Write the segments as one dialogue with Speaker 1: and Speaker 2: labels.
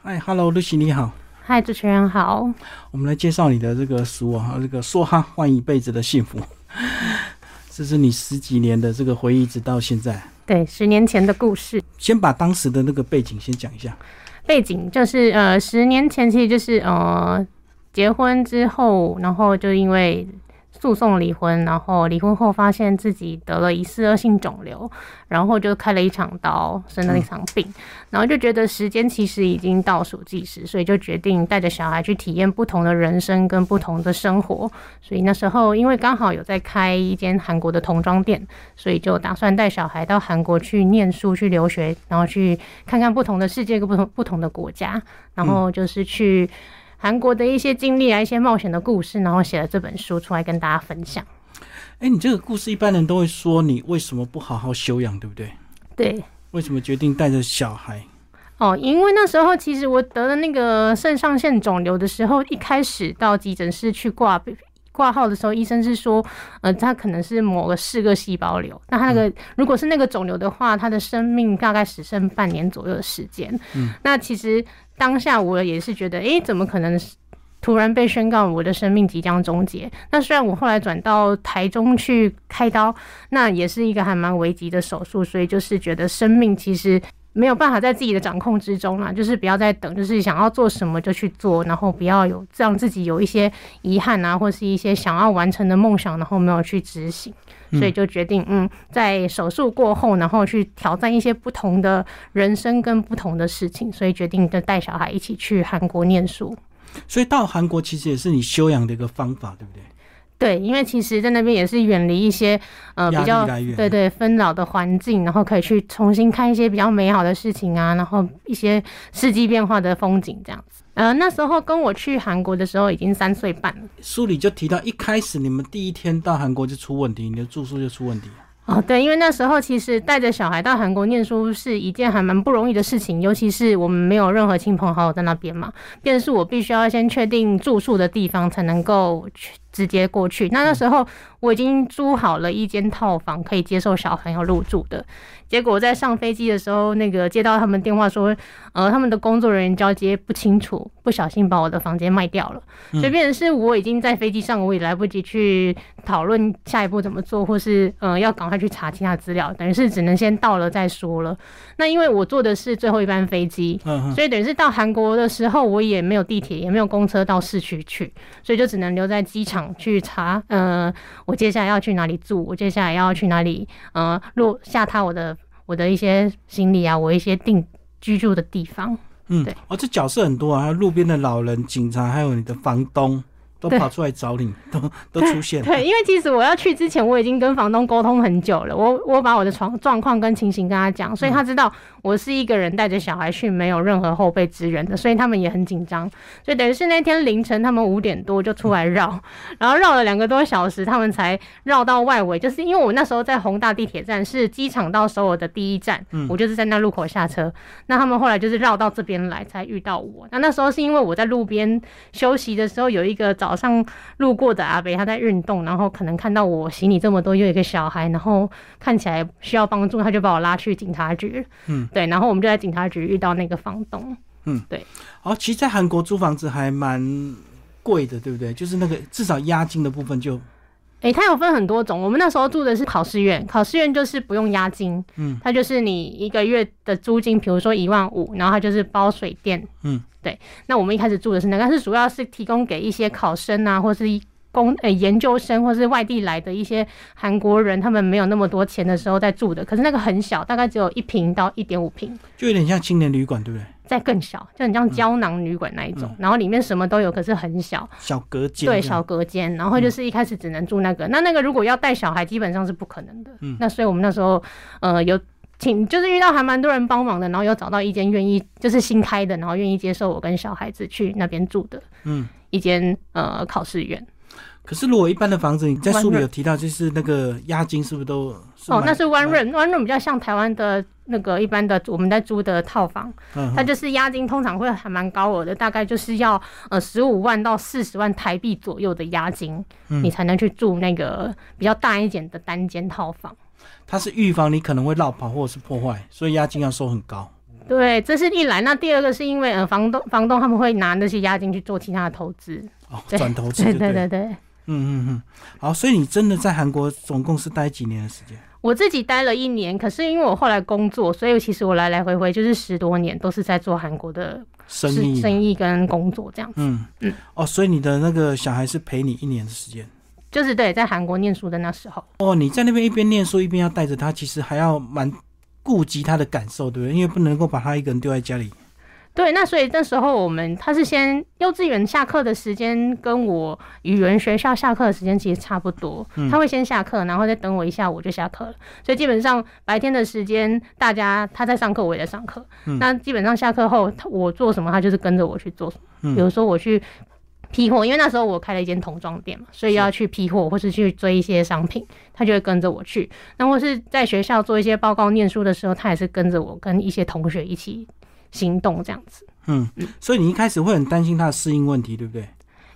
Speaker 1: 嗨，Hello Lucy，你好，
Speaker 2: 嗨，主持人好。
Speaker 1: 我们来介绍你的这个书啊，这个说哈换一辈子的幸福， 这是你十几年的这个回忆，直到现在。
Speaker 2: 对，十年前的故事
Speaker 1: 先把当时的那个背景先讲一下。
Speaker 2: 背景就是，呃，十年前其实就是呃，结婚之后，然后就因为诉讼离婚，然后离婚后发现自己得了疑似恶性肿瘤，然后就开了一场刀，生了一场病，然后就觉得时间其实已经倒数计时，所以就决定带着小孩去体验不同的人生跟不同的生活。所以那时候因为刚好有在开一间韩国的童装店，所以就打算带小孩到韩国去念书、去留学，然后去看看不同的世界跟不同不同的国家，然后就是去韩国的一些经历啊、一些冒险的故事，然后写了这本书出来跟大家分享。
Speaker 1: 哎，你这个故事一般人都会说你为什么不好好休养，对不对？
Speaker 2: 对。
Speaker 1: 为什么决定带着小孩？
Speaker 2: 哦，因为那时候其实我得了那个肾上腺肿瘤的时候，一开始到急诊室去挂挂号的时候，医生是说，呃，他可能是某个嗜个细胞瘤。那他那个、如果是那个肿瘤的话，他的生命大概只剩半年左右的时间。嗯，那其实当下我也是觉得，诶，怎么可能是突然被宣告我的生命即将终结？那虽然我后来转到台中去开刀，那也是一个还蛮危急的手术，所以就是觉得生命其实没有办法在自己的掌控之中啦，就是不要再等，就是想要做什么就去做，然后不要有让自己有一些遗憾啊，或是一些想要完成的梦想，然后没有去执行，所以就决定嗯，在手术过后，然后去挑战一些不同的人生跟不同的事情，所以决定就带小孩一起去韩国念书。
Speaker 1: 所以到韩国其实也是你休养的一个方法，对不对？
Speaker 2: 对，因为其实，在那边也是远离一些呃
Speaker 1: 压
Speaker 2: 比
Speaker 1: 力
Speaker 2: 较
Speaker 1: 来源
Speaker 2: 对对纷扰的环境，然后可以去重新看一些比较美好的事情啊，然后一些四季变化的风景这样子。呃，那时候跟我去韩国的时候已经三岁半了。
Speaker 1: 书里就提到，一开始你们第一天到韩国就出问题，你的住宿就出问题。
Speaker 2: 哦，对，因为那时候其实带着小孩到韩国念书是一件还蛮不容易的事情，尤其是我们没有任何亲朋好友在那边嘛，便是我必须要先确定住宿的地方才能够去直接过去。那那时候我已经租好了一间套房，可以接受小朋友入住的。结果我在上飞机的时候，那个接到他们电话说，呃，他们的工作人员交接不清楚，不小心把我的房间卖掉了，所以变成是我已经在飞机上，我也来不及去讨论下一步怎么做，或是呃要赶快去查其他资料，等于是只能先到了再说了。那因为我坐的是最后一班飞机，
Speaker 1: 嗯哼，
Speaker 2: 所以等于是到韩国的时候，我也没有地铁，也没有公车到市区去，所以就只能留在机场去查，呃，我接下来要去哪里住，我接下来要去哪里，呃，落下榻我的我的一些行李啊，我一些定居住的地方。
Speaker 1: 嗯
Speaker 2: 对，
Speaker 1: 哦，这角色很多啊，还有路边的老人、警察，还有你的房东，都
Speaker 2: 对
Speaker 1: 跑出来找你， 都都出现了。
Speaker 2: 对，因为其实我要去之前，我已经跟房东沟通很久了，我我把我的床状况跟情形跟他讲，所以他知道我是一个人带着小孩去，没有任何后备支援的，所以他们也很紧张。所以等于是那天凌晨，他们五点多就出来绕， 然后绕了两个多小时，他们才绕到外围。就是因为我那时候在宏大地铁站，是机场到首尔的第一站，我就是在那路口下车。那他们后来就是绕到这边来才遇到我。那那时候是因为我在路边休息的时候，有一个早上路过的阿伯他在运动，然后可能看到我行李这么多，又有一个小孩，然后看起来需要帮助，他就把我拉去警察局。
Speaker 1: 嗯，
Speaker 2: 对，然后我们就在警察局遇到那个房东。
Speaker 1: 哦，其实，在韩国租房子还蛮贵的，对不对？就是那个至少押金的部分就
Speaker 2: 诶、它有分很多种。我们那时候住的是考试院，考试院就是不用押金，
Speaker 1: 嗯，
Speaker 2: 它就是你一个月的租金，比如说一万五，然后它就是包水电，
Speaker 1: 嗯，
Speaker 2: 对。那我们一开始住的是那个，但是主要是提供给一些考生啊，或是一工呃、研究生，或是外地来的一些韩国人，他们没有那么多钱的时候在住的。可是那个很小，大概只有一平到一点五平。
Speaker 1: 就有点像青年旅馆，对不对？
Speaker 2: 再更小，就很
Speaker 1: 嗯
Speaker 2: 像胶囊旅馆那一种，然后里面什么都有，可是很小，
Speaker 1: 小隔间这
Speaker 2: 对
Speaker 1: 样，嗯
Speaker 2: 小隔间，然后就是一开始只能住那个，那那个如果要带小孩，基本上是不可能的。
Speaker 1: 嗯
Speaker 2: 那所以我们那时候呃有请，就是遇到还蛮多人帮忙的，然后有找到一间愿意就是新开的，然后愿意接受我跟小孩子去那边住的
Speaker 1: 嗯。
Speaker 2: 一间呃考试院。
Speaker 1: 可是，如果一般的房子，你在书里
Speaker 2: One
Speaker 1: 有提到，就是那个押金是不是都是
Speaker 2: 哦，
Speaker 1: 蛮
Speaker 2: 那是 One
Speaker 1: 蛮
Speaker 2: Room One Room 比较像台湾的那个一般的我们在租的套房，
Speaker 1: 嗯
Speaker 2: 它就是押金通常会还蛮高额的，大概就是要呃十五万到四十万台币左右的押金，
Speaker 1: 嗯
Speaker 2: 你才能去住那个比较大一点的单间套房。
Speaker 1: 它是预防你可能会落跑或者是破坏，所以押金要收很高。
Speaker 2: 对，这是一来。那第二个是因为呃，房东房东他们会拿那些押金去做其他的投资。
Speaker 1: 哦，
Speaker 2: 对
Speaker 1: 转投资
Speaker 2: 对
Speaker 1: 就
Speaker 2: 对
Speaker 1: 了
Speaker 2: 对对，
Speaker 1: 嗯嗯嗯，好，所以你真的在韩国总共是待几年的时间？
Speaker 2: 我自己待了一年，可是因为我后来工作，所以其实我来来回回就是十多年都是在做韩国的
Speaker 1: 生
Speaker 2: 是
Speaker 1: 意，
Speaker 2: 生意跟工作这样，
Speaker 1: 嗯
Speaker 2: 嗯
Speaker 1: 哦，所以你的那个小孩是陪你一年的时间。
Speaker 2: 就是对，在韩国念书的那时候，
Speaker 1: 哦，你在那边一边念书一边要带着他，其实还要蛮顾及他的感受，对不对？因为不能够把他一个人丢在家里。
Speaker 2: 对，那所以那时候我们他是先幼稚园下课的时间跟我语文学校下课的时间其实差不多，
Speaker 1: 嗯
Speaker 2: 他会先下课，然后再等我一下我就下课了，所以基本上白天的时间大家他在上课，我也在上课，
Speaker 1: 嗯
Speaker 2: 那基本上下课后他我做什么，他就是跟着我去做什么，
Speaker 1: 嗯
Speaker 2: 比如说我去。批货，因为那时候我开了一间童装店嘛，所以要去批货或是去追一些商品，他就会跟着我去。那或是在学校做一些报告、念书的时候，他也是跟着我跟一些同学一起行动这样子。
Speaker 1: 嗯，所以你一开始会很担心他的适应问题，对不对？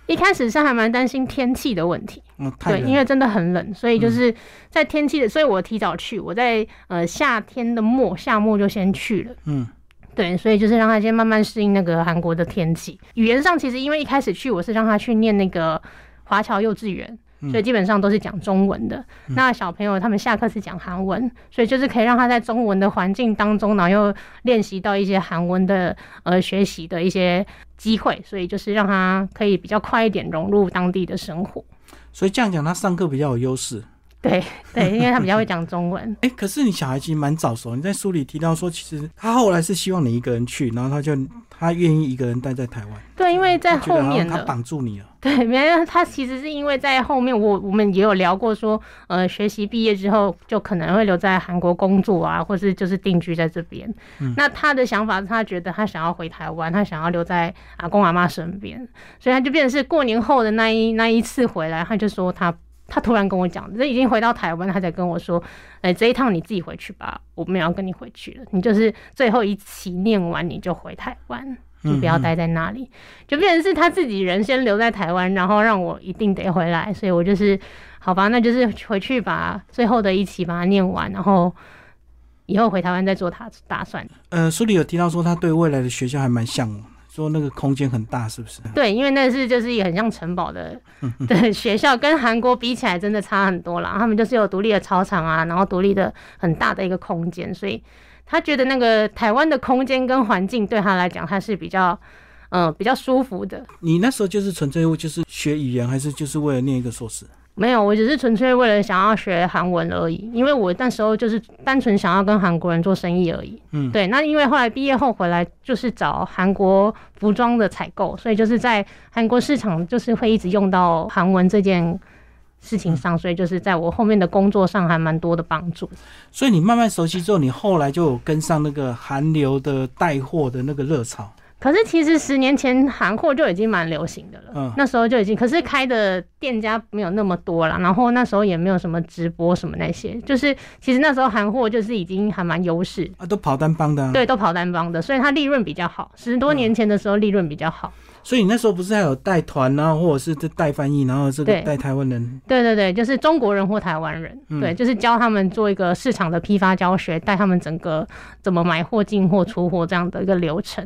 Speaker 2: 一开始是还蛮担心天气的问题，
Speaker 1: 嗯，太
Speaker 2: 对，
Speaker 1: 冷嗯
Speaker 2: 因为真的很冷，所以就是在天气的，所以我提早去，我在呃夏天的末夏末就先去了。
Speaker 1: 嗯
Speaker 2: 对，所以就是让他先慢慢适应那个韩国的天气。语言上其实因为一开始去我是让他去念那个华侨幼稚园，
Speaker 1: 嗯
Speaker 2: 所以基本上都是讲中文的。
Speaker 1: 嗯
Speaker 2: 那小朋友他们下课是讲韩文，所以就是可以让他在中文的环境当中，然后又练习到一些韩文的呃学习的一些机会，所以就是让他可以比较快一点融入当地的生活。
Speaker 1: 所以这样讲，他上课比较有优势。
Speaker 2: 对对，因为他比较会讲中文。
Speaker 1: 哎、可是你小孩其实蛮早熟。你在书里提到说，其实他后来是希望你一个人去，然后他就他愿意一个人待在台湾，
Speaker 2: 对，因为在
Speaker 1: 他觉
Speaker 2: 后
Speaker 1: 得好
Speaker 2: 面
Speaker 1: 像
Speaker 2: 的
Speaker 1: 他绑住你了。
Speaker 2: 对，没有他其实是因为在后面，我我们也有聊过说，呃，学习毕业之后就可能会留在韩国工作啊，或是就是定居在这边。
Speaker 1: 嗯
Speaker 2: 那他的想法是他觉得他想要回台湾，他想要留在阿公阿妈身边，所以他就变成是过年后的那一那一次回来，他就说他他突然跟我讲，这已经回到台湾，他才跟我说，哎、这一趟你自己回去吧，我没有要跟你回去了，你就是最后一期念完你就回台湾，就不要
Speaker 1: 嗯嗯
Speaker 2: 待在那里。就变成是他自己人先留在台湾，然后让我一定得回来，所以我就是好吧，那就是回去把最后的一期把它念完，然后以后回台湾再做打打算。
Speaker 1: 呃，书里有提到说，他对未来的学校还蛮向往，说那个空间很大，是不是？
Speaker 2: 对，因为那是就是也很像城堡的的学校，跟韩国比起来真的差很多啦。他们就是有独立的操场啊，然后独立的很大的一个空间，所以他觉得那个台湾的空间跟环境对他来讲，他是比较嗯、呃比较舒服的。
Speaker 1: 你那时候就是纯粹就是学语言，还是就是为了念一个硕士？
Speaker 2: 没有，我只是纯粹为了想要学韩文而已，因为我那时候就是单纯想要跟韩国人做生意而已。
Speaker 1: 嗯
Speaker 2: 对，那因为后来毕业后回来就是找韩国服装的采购，所以就是在韩国市场就是会一直用到韩文这件事情上，所以就是在我后面的工作上还蛮多的帮助。
Speaker 1: 所以你慢慢熟悉之后，你后来就有跟上那个韩流的带货的那个热潮。
Speaker 2: 可是其实十年前韩货就已经蛮流行的了，
Speaker 1: 嗯
Speaker 2: 那时候就已经，可是开的店家没有那么多啦，然后那时候也没有什么直播什么那些，就是其实那时候韩货就是已经还蛮优势，
Speaker 1: 啊，都跑单帮的、啊。，
Speaker 2: 对，都跑单帮的，所以它利润比较好。十多年前的时候利润比较好，
Speaker 1: 所以你那时候不是还有带团啊，或者是带翻译，然后这个
Speaker 2: 对
Speaker 1: 带台湾人，
Speaker 2: 对对对，就是中国人或台湾人，
Speaker 1: 嗯
Speaker 2: 对，就是教他们做一个市场的批发教学，带他们整个怎么买货、进货、出货这样的一个流程。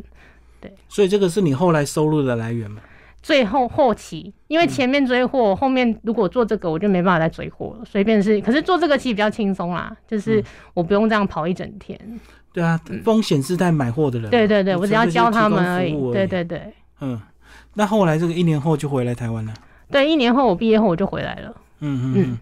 Speaker 1: 所以这个是你后来收入的来源嘛？
Speaker 2: 最后后期，因为
Speaker 1: 嗯
Speaker 2: 前面追货，后面如果做这个，我就没办法再追货了，随便是。可是做这个其实比较轻松啦，
Speaker 1: 嗯
Speaker 2: 就是我不用这样跑一整天。
Speaker 1: 对啊，风险是在买货的人嘛。
Speaker 2: 嗯对对对，
Speaker 1: 啊你
Speaker 2: 我只要
Speaker 1: 纯粹
Speaker 2: 教
Speaker 1: 就是
Speaker 2: 他们而
Speaker 1: 提供
Speaker 2: 已
Speaker 1: 服务。而已。
Speaker 2: 对。对对
Speaker 1: 嗯，那后来这个一年后就回来台湾了。
Speaker 2: 对，一年后我毕业后我就回来了，
Speaker 1: 嗯嗯
Speaker 2: 嗯
Speaker 1: 嗯。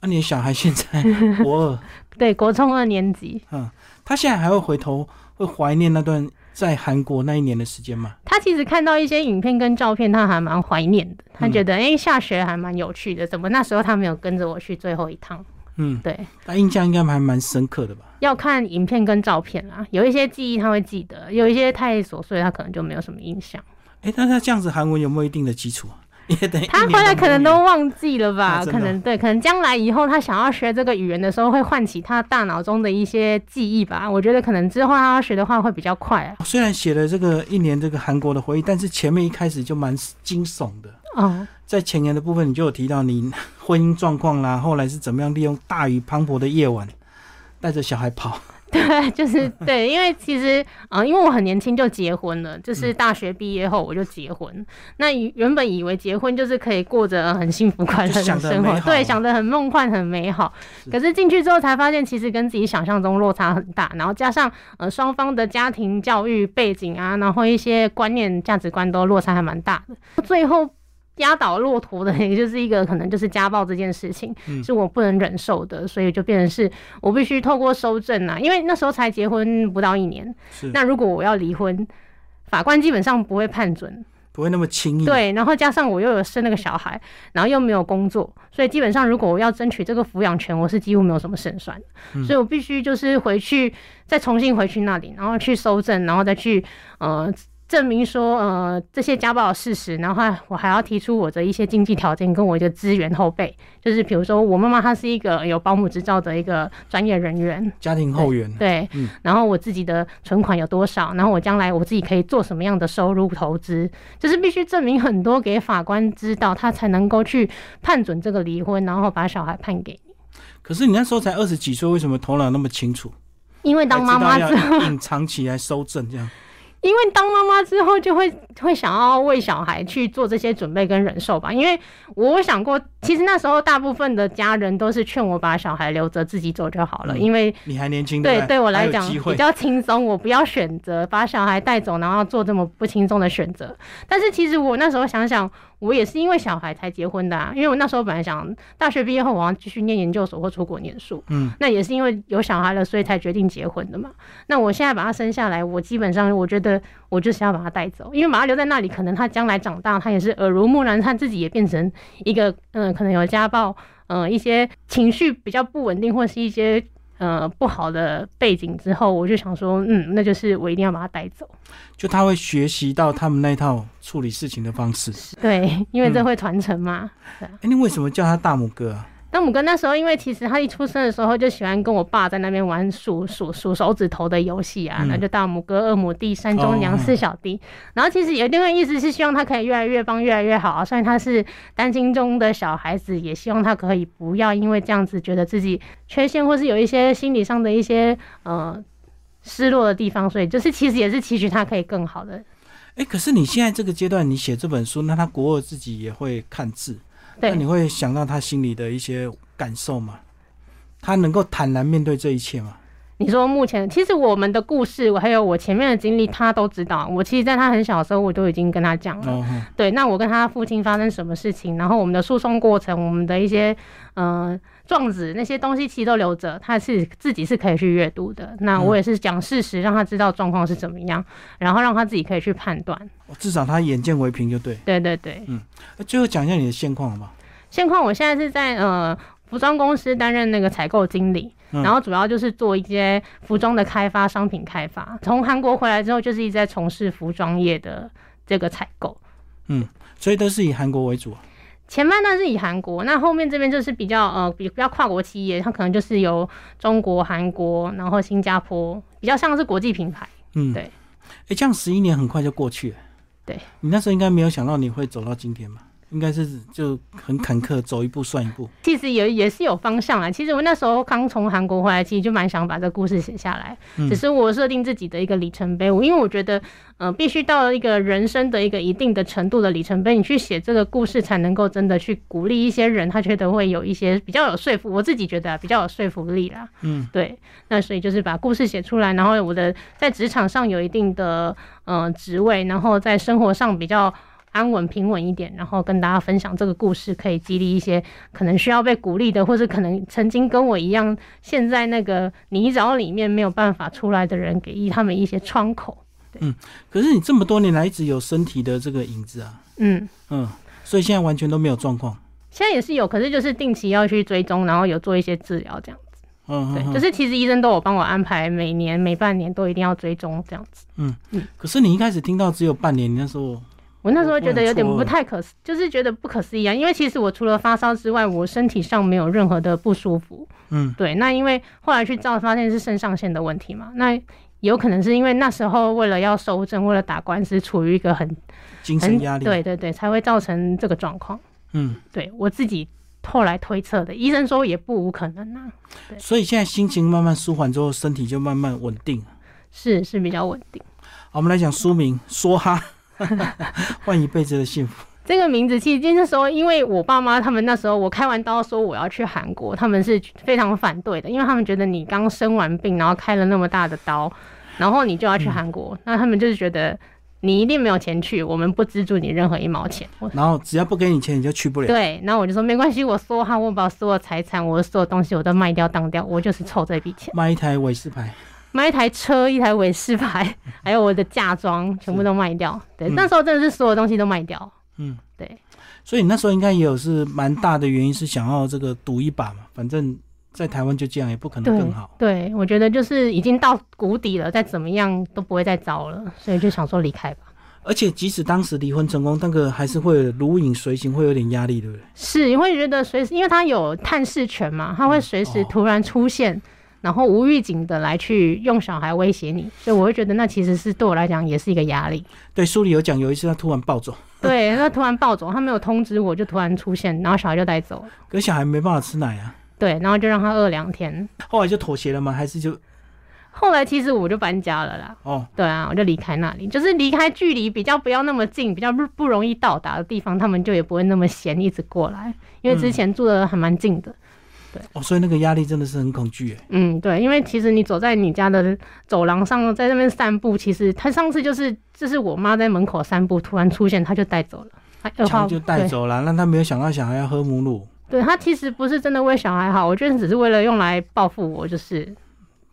Speaker 1: 那、你的小孩现在 国二，
Speaker 2: 对，国中二年级。
Speaker 1: 嗯，他现在还会回头会怀念那段在韩国那一年的时间吗？
Speaker 2: 他其实看到一些影片跟照片，他还蛮怀念的。他
Speaker 1: 嗯
Speaker 2: 觉得，哎、下学还蛮有趣的，怎么那时候他没有跟着我去最后一趟？
Speaker 1: 嗯，
Speaker 2: 对，
Speaker 1: 他印象应该还蛮深刻的吧？
Speaker 2: 要看影片跟照片啦，有一些记忆他会记得，有一些太琐碎，他可能就没有什么印象。
Speaker 1: 哎、那他这样子韩文有没有一定的基础 啊？也等于
Speaker 2: 他
Speaker 1: 一
Speaker 2: 回
Speaker 1: 年
Speaker 2: 来可能
Speaker 1: 没有
Speaker 2: 都忘记了吧？
Speaker 1: 啊真的
Speaker 2: 可能对，可能将来以后他想要学这个语言的时候，会唤起他大脑中的一些记忆吧。我觉得可能之后他要学的话会比较快啊。
Speaker 1: 哦虽然写了这个一年这个韩国的回忆，但是前面一开始就蛮惊悚的。
Speaker 2: 哦，
Speaker 1: 在前言的部分，你就有提到你婚姻状况啦，后来是怎么样利用大雨磅礴的夜晚，带着小孩跑，
Speaker 2: 对， 就是对，因为其实啊、呃因为我很年轻就结婚了，
Speaker 1: 嗯
Speaker 2: 就是大学毕业后我就结婚。那以原本以为结婚就是可以过着很幸福快乐
Speaker 1: 就
Speaker 2: 的
Speaker 1: 想得很
Speaker 2: 生
Speaker 1: 美
Speaker 2: 活，
Speaker 1: 好
Speaker 2: 对，想得很梦幻很美好。可是进去之后才发现，其实跟自己想象中落差很大。然后加上呃双方的家庭教育背景啊，然后一些观念价值观都落差还蛮大的。最后压倒骆驼的， 也就是一个可能就是家暴这件事情，
Speaker 1: 嗯
Speaker 2: 是我不能忍受的，所以就变成是我必须透过收证啊，因为那时候才结婚不到一年，
Speaker 1: 是
Speaker 2: 那如果我要离婚，法官基本上不会判准，
Speaker 1: 不会那么轻易。，
Speaker 2: 对，然后加上我又有生那个小孩，然后又没有工作，所以基本上如果我要争取这个抚养权，我是几乎没有什么胜算的，
Speaker 1: 嗯
Speaker 2: 所以我必须就是回去再重新回去那里，然后去搜证，然后再去呃。证明说，呃，这些家暴的事实，然后还我还要提出我的一些经济条件跟我一个资源后备，就是比如说我妈妈她是一个有保姆执照的一个专业人员，
Speaker 1: 家庭后援
Speaker 2: 对，
Speaker 1: 嗯
Speaker 2: 然后我自己的存款有多少，然后我将来我自己可以做什么样的收入投资，就是必须证明很多给法官知道，他才能够去判准这个离婚，然后把小孩判给你。
Speaker 1: 可是你那时候才二十几岁，为什么头脑那么清楚？
Speaker 2: 因为当妈妈
Speaker 1: 还
Speaker 2: 之
Speaker 1: 哎知道要隐藏起来收证这样。
Speaker 2: 因为当妈妈之后就会会想要为小孩去做这些准备跟忍受吧。因为我想过，其实那时候大部分的家人都是劝我把小孩留着自己走就好了，
Speaker 1: 嗯
Speaker 2: 因为
Speaker 1: 你还年轻，
Speaker 2: 对，
Speaker 1: 不
Speaker 2: 对我来
Speaker 1: 还有
Speaker 2: 讲
Speaker 1: 机
Speaker 2: 比
Speaker 1: 会
Speaker 2: 较轻松，我不要选择把小孩带走，然后做这么不轻松的选择。但是其实我那时候想想，我也是因为小孩才结婚的啊，因为我那时候本来想大学毕业后我要继续念研究所或出国念书，
Speaker 1: 嗯，
Speaker 2: 那也是因为有小孩了，所以才决定结婚的嘛。那我现在把他生下来，我基本上我觉得我就是要把他带走，因为把他留在那里，可能他将来长大，他也是耳濡目染，他自己也变成一个嗯、呃可能有家暴，嗯、一些情绪比较不稳定，或是一些呃不好的背景之后，我就想说，嗯，那就是我一定要把他带走。
Speaker 1: 就他会学习到他们那套处理事情的方式。
Speaker 2: 对， 因为这
Speaker 1: 嗯
Speaker 2: 会传承嘛。
Speaker 1: 哎、你为什么叫他大拇哥啊？
Speaker 2: 那我跟那时候，因为其实他一出生的时候就喜欢跟我爸在那边玩数数数手指头的游戏啊，
Speaker 1: 嗯
Speaker 2: 那、就大拇哥、二拇弟、三中娘、
Speaker 1: 哦
Speaker 2: 四小弟。然后其实有另外一个意思是希望他可以越来越棒、越来越好啊。虽然他是单亲中的小孩子，也希望他可以不要因为这样子觉得自己缺陷，或是有一些心理上的一些呃失落的地方。所以就是其实也是期许他可以更好的。
Speaker 1: 哎、可是你现在这个阶段，你写这本书，那他国二自己也会看字，那你
Speaker 2: 对，
Speaker 1: 会想到他心里的一些感受吗？他能够坦然面对这一切吗？
Speaker 2: 你说目前其实我们的故事，我还有我前面的经历，他都知道。我其实在他很小的时候，我都已经跟他讲了。
Speaker 1: 哦，
Speaker 2: 对，那我跟他父亲发生什么事情，然后我们的诉讼过程，我们的一些呃状子那些东西其实都留着，他是自己是可以去阅读的。那我也是讲事实，让他知道状况是怎么样，然后让他自己可以去判断。
Speaker 1: 哦至少他眼见为凭就对。
Speaker 2: 对对对，
Speaker 1: 哎最后讲一下你的现况好不好？
Speaker 2: 现况我现在是在呃服装公司担任那个采购经理，
Speaker 1: 嗯
Speaker 2: 然后主要就是做一些服装的开发、商品开发。从韩国回来之后，就是一直在从事服装业的这个采购。
Speaker 1: 嗯所以都是以韩国为主啊、
Speaker 2: 前半段是以韩国，那后面这边就是比较呃比比较跨国企业，它可能就是由中国、韩国，然后新加坡，比较像是国际品牌。
Speaker 1: 嗯，
Speaker 2: 对。
Speaker 1: 哎、这样十一年很快就过去了。
Speaker 2: 对，
Speaker 1: 你那时候应该没有想到你会走到今天吧？应该是就很坎坷，走一步算一步。
Speaker 2: 其实也也是有方向啊。其实我那时候刚从韩国回来，其实就蛮想把这故事写下来，
Speaker 1: 嗯
Speaker 2: 只是我设定自己的一个里程碑。我因为我觉得，呃，必须到一个人生的一个一定的程度的里程碑，你去写这个故事，才能够真的去鼓励一些人，他觉得会有一些比较有说服。我自己觉得、啊、比较有说服力啦。
Speaker 1: 嗯，
Speaker 2: 对。那所以就是把故事写出来，然后我的在职场上有一定的呃职位，然后在生活上比较。安稳平稳一点，然后跟大家分享这个故事，可以激励一些可能需要被鼓励的，或是可能曾经跟我一样，现在那个泥沼里面没有办法出来的人，给予他们一些窗口。
Speaker 1: 可是你这么多年来一直有身体的这个影子啊，
Speaker 2: 嗯，
Speaker 1: 嗯，所以现在完全都没有状况。
Speaker 2: 现在也是有，可是就是定期要去追踪，然后有做一些治疗这样。
Speaker 1: 嗯，
Speaker 2: 对，
Speaker 1: 嗯嗯
Speaker 2: 就是其实医生都有帮我安排，每年每半年都一定要追踪这样子。
Speaker 1: 嗯
Speaker 2: 嗯
Speaker 1: 可是你一开始听到只有半年，你那时候
Speaker 2: 我那时候觉得有点
Speaker 1: 我我
Speaker 2: 不
Speaker 1: 很
Speaker 2: 太可思，就是觉得不可思议啊，因为其实我除了发烧之外，我身体上没有任何的不舒服。
Speaker 1: 嗯
Speaker 2: 对，那因为后来去照发现是肾上腺的问题嘛，那有可能是因为那时候为了要收证，为了打官司，处于一个很
Speaker 1: 精神
Speaker 2: 很
Speaker 1: 压力，
Speaker 2: 对对对，才会造成这个状况。
Speaker 1: 嗯，
Speaker 2: 对我自己后来推测的，医生说也不无可能啊，
Speaker 1: 所以现在心情慢慢舒缓之后，身体就慢慢稳定了。
Speaker 2: 是是比较稳定。
Speaker 1: 好，我们来讲书名《说 哈》，换一辈子的幸福。
Speaker 2: 这个名字其实那时候，因为我爸妈他们那时候我开完刀说我要去韩国，他们是非常反对的，因为他们觉得你刚生完病，然后开了那么大的刀，然后你就要去韩国，那他们就是觉得你一定没有钱去，我们不资助你任何一毛钱。我
Speaker 1: 然后只要不给你钱，你就去不了。
Speaker 2: 对，然后我就说没关系，我说哈，我把所有财产、我的所有东西我都卖掉当掉，我就是凑这笔钱，
Speaker 1: 卖一台韦斯牌，
Speaker 2: 买一台车、一台韦斯牌，还有我的嫁妆全部都卖掉。对，那时候真的是所有东西都卖掉。
Speaker 1: 嗯，
Speaker 2: 对。
Speaker 1: 所以你那时候应该也有是蛮大的原因，是想要这个赌一把嘛。反正，在台湾就这样，也不可能
Speaker 2: 对
Speaker 1: 更好。
Speaker 2: 对，我觉得就是已经到谷底了，再怎么样都不会再招了，所以就想说离开吧。
Speaker 1: 而且即使当时离婚成功，那个还是会如影随形，会有点压力，对不对？
Speaker 2: 是，你会觉得随时，因为他有探视权嘛，他会随时
Speaker 1: 哦
Speaker 2: 突然出现，然后无预警的来去用小孩威胁你，所以我会觉得那其实是对我来讲也是一个 压力。
Speaker 1: 对，书里有讲，有一次他突然暴走，
Speaker 2: 对，他突然暴走，他没有通知我，就突然出现，然后小孩就带走了。
Speaker 1: 可是小孩没办法吃奶啊。
Speaker 2: 对，然后就让他饿两天。
Speaker 1: 后来就妥协了吗？还是就
Speaker 2: 后来其实我就搬家了啦。
Speaker 1: 哦，
Speaker 2: 对啊，我就离开那里，就是离开距离比较不要那么近，比较不不容易到达的地方，他们就也不会那么闲一直过来，因为之前住的还蛮近的。
Speaker 1: 哦，所以那个压力真的是很恐惧哎。
Speaker 2: 嗯对，因为其实你走在你家的走廊上，在那边散步，其实他上次就是，这是我妈在门口散步，突然出现，他就带走了，他二话
Speaker 1: 强就带走了，让他没有想到小孩要喝母乳，
Speaker 2: 对对他其实不是真的为小孩好，我觉得只是为了用来报复我，就是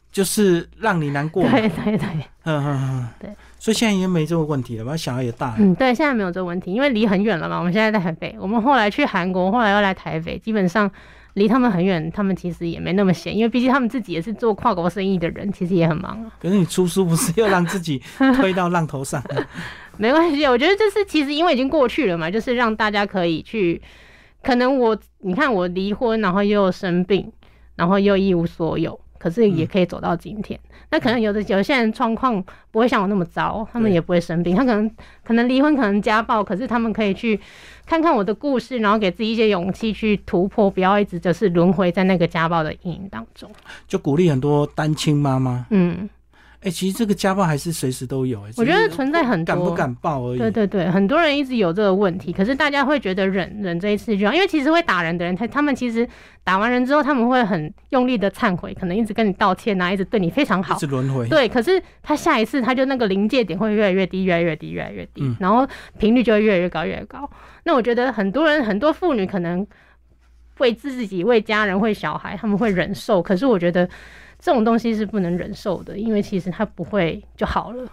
Speaker 1: 就是让你难过嘛。
Speaker 2: 对对对，
Speaker 1: 嗯嗯嗯
Speaker 2: 对。
Speaker 1: 所以现在也没这个问题了吧？小孩也大了，
Speaker 2: 嗯，对，现在没有这个问题，因为离很远了嘛。我们现在在台北，我们后来去韩国，后来又来台北，基本上离他们很远，他们其实也没那么闲，因为毕竟他们自己也是做跨国生意的人，其实也很忙啊。
Speaker 1: 可是你出书不是又让自 己推到浪头上？
Speaker 2: 没关系，我觉得这是其实因为已经过去了嘛，就是让大家可以去，可能我你看我离婚，然后又生病，然后又一无所有。可是也可以走到今天，那可能有的有些人状况不会像我那么糟，他们
Speaker 1: 对
Speaker 2: 也不会生病，他可能可能离婚，可能家暴，可是他们可以去看看我的故事，然后给自己一些勇气去突破，不要一直就是轮回在那个家暴的阴影当中。
Speaker 1: 就鼓励很多单亲妈妈。
Speaker 2: 嗯，
Speaker 1: 哎、其实这个家暴还是随时都有、哎，
Speaker 2: 我觉得
Speaker 1: 只是
Speaker 2: 存在很多
Speaker 1: 敢不敢报而已。
Speaker 2: 对对对，很多人一直有这个问题，可是大家会觉得忍忍这一次就好，因为其实会打人的人，他他们其实打完人之后，他们会很用力的忏悔，可能一直跟你道歉啊，一直对你非常好
Speaker 1: 一。直轮回。
Speaker 2: 对，可是他下一次他就那个临界点会越来越低，越来越低，越来越低，
Speaker 1: 嗯
Speaker 2: 然后频率就会越来越高，越来越高。那我觉得很多人，很多妇女可能为自己、为家人、为小孩，他们会忍受，可是我觉得这种东西是不能忍受的，因为其实他不会就好了。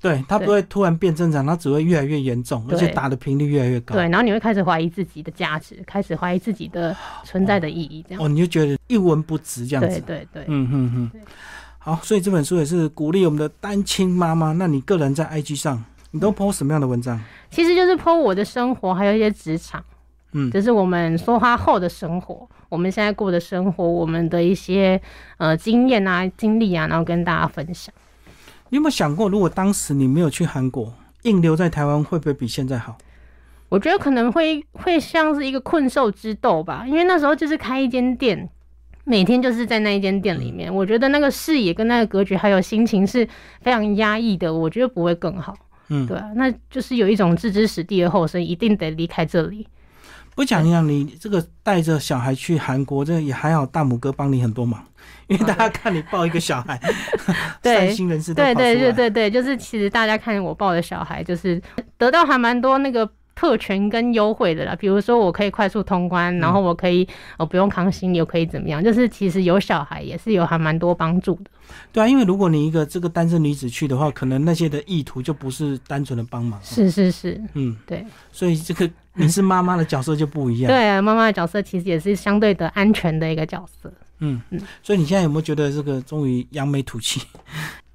Speaker 1: 对，他
Speaker 2: 对
Speaker 1: 不会突然变正常，他只会越来越严重，而
Speaker 2: 对
Speaker 1: 且打的频率越来越高。
Speaker 2: 对，然后你会开始怀疑自己的价值，开始怀疑自己的存在的意义，这样。
Speaker 1: 哦，你就觉得一文不值这样
Speaker 2: 对
Speaker 1: 子。
Speaker 2: 对对，
Speaker 1: 嗯哼哼
Speaker 2: 对。
Speaker 1: 好，所以这本书也是鼓励我们的单亲妈妈。那你个人在 IG 上，你都 PO 什么样的文章？
Speaker 2: 其实就是剖我的生活，还有一些职场，
Speaker 1: 嗯
Speaker 2: 这是我们说话后的生活，我们现在过的生活，我们的一些呃经验啊、经历啊，然后跟大家分享。
Speaker 1: 你有没有想过，如果当时你没有去韩国，硬留在台湾，会不会比现在好？
Speaker 2: 我觉得可能会会像是一个困兽之斗吧，因为那时候就是开一间店，每天就是在那一间店里面，我觉得那个视野跟那个格局还有心情是非常压抑的，我觉得不会更好。
Speaker 1: 嗯
Speaker 2: 对啊，那就是有一种置之死地而后生，一定得离开这里。
Speaker 1: 不讲一讲，你这个带着小孩去韩国，这也还好，大拇哥帮你很多 忙，因为大家看你抱一个小孩，
Speaker 2: 对
Speaker 1: 善心人士都跑
Speaker 2: 对
Speaker 1: 出来。
Speaker 2: 对对对对，就是其实大家看我抱的小孩，就是得到还蛮多那个特权跟优惠的啦。比如说我可以快速通关，然后
Speaker 1: 嗯
Speaker 2: 我可以我不用扛行李，我可以怎么样？就是其实有小孩也是有还蛮多帮助的。
Speaker 1: 对啊，因为如果你一个这个单身女子去的话，可能那些的意图就不是单纯的帮忙。
Speaker 2: 是是是，
Speaker 1: 嗯，
Speaker 2: 对
Speaker 1: 所以这个你是妈妈的角色就不一样。
Speaker 2: 对啊，妈妈的角色其实也是相对的安全的一个角色。
Speaker 1: 嗯，所以你现在有没有觉得这个终于扬眉吐 气？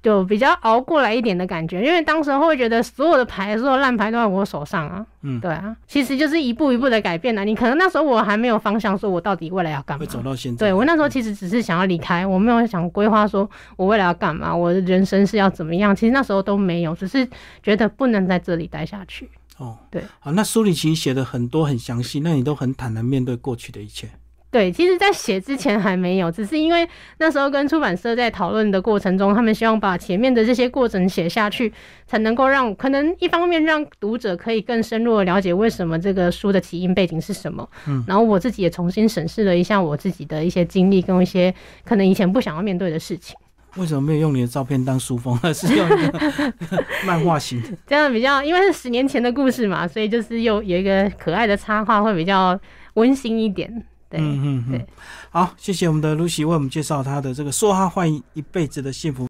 Speaker 2: 就比较熬过来一点的感觉，因为当时候会觉得所有的牌、所有烂牌都在我手上啊。
Speaker 1: 嗯
Speaker 2: 对啊，其实就是一步一步的改变了、啊你可能那时候我还没有方向，说我到底未来要干嘛
Speaker 1: 会。走到现在？
Speaker 2: 对我那时候其实只是想要离开，我没有想规划说我未来要干嘛，我的人生是要怎么样。其实那时候都没有，只是觉得不能在这里待下去。
Speaker 1: 哦，
Speaker 2: 对，
Speaker 1: 好，那书里其实写的很多很详细，那你都很坦然面对过去的一切。
Speaker 2: 对，其实，在写之前还没有，只是因为那时候跟出版社在讨论的过程中，他们希望把前面的这些过程写下去，才能够让可能一方面让读者可以更深入的了解为什么这个书的起因背景是什么。嗯，然后我自己也重新审视了一下我自己的一些经历跟一些可能以前不想要面对的事情，
Speaker 1: 为什么没有用你的照片当书封，而是用一个 漫画型的？
Speaker 2: 这样比较，因为是十年前的故事嘛，所以就是又有一个可爱的插画会比较温馨一点。对，
Speaker 1: 嗯嗯嗯
Speaker 2: 对。
Speaker 1: 好，谢谢我们的 Lucy 为我们介绍她的这个说她换一辈子的幸福。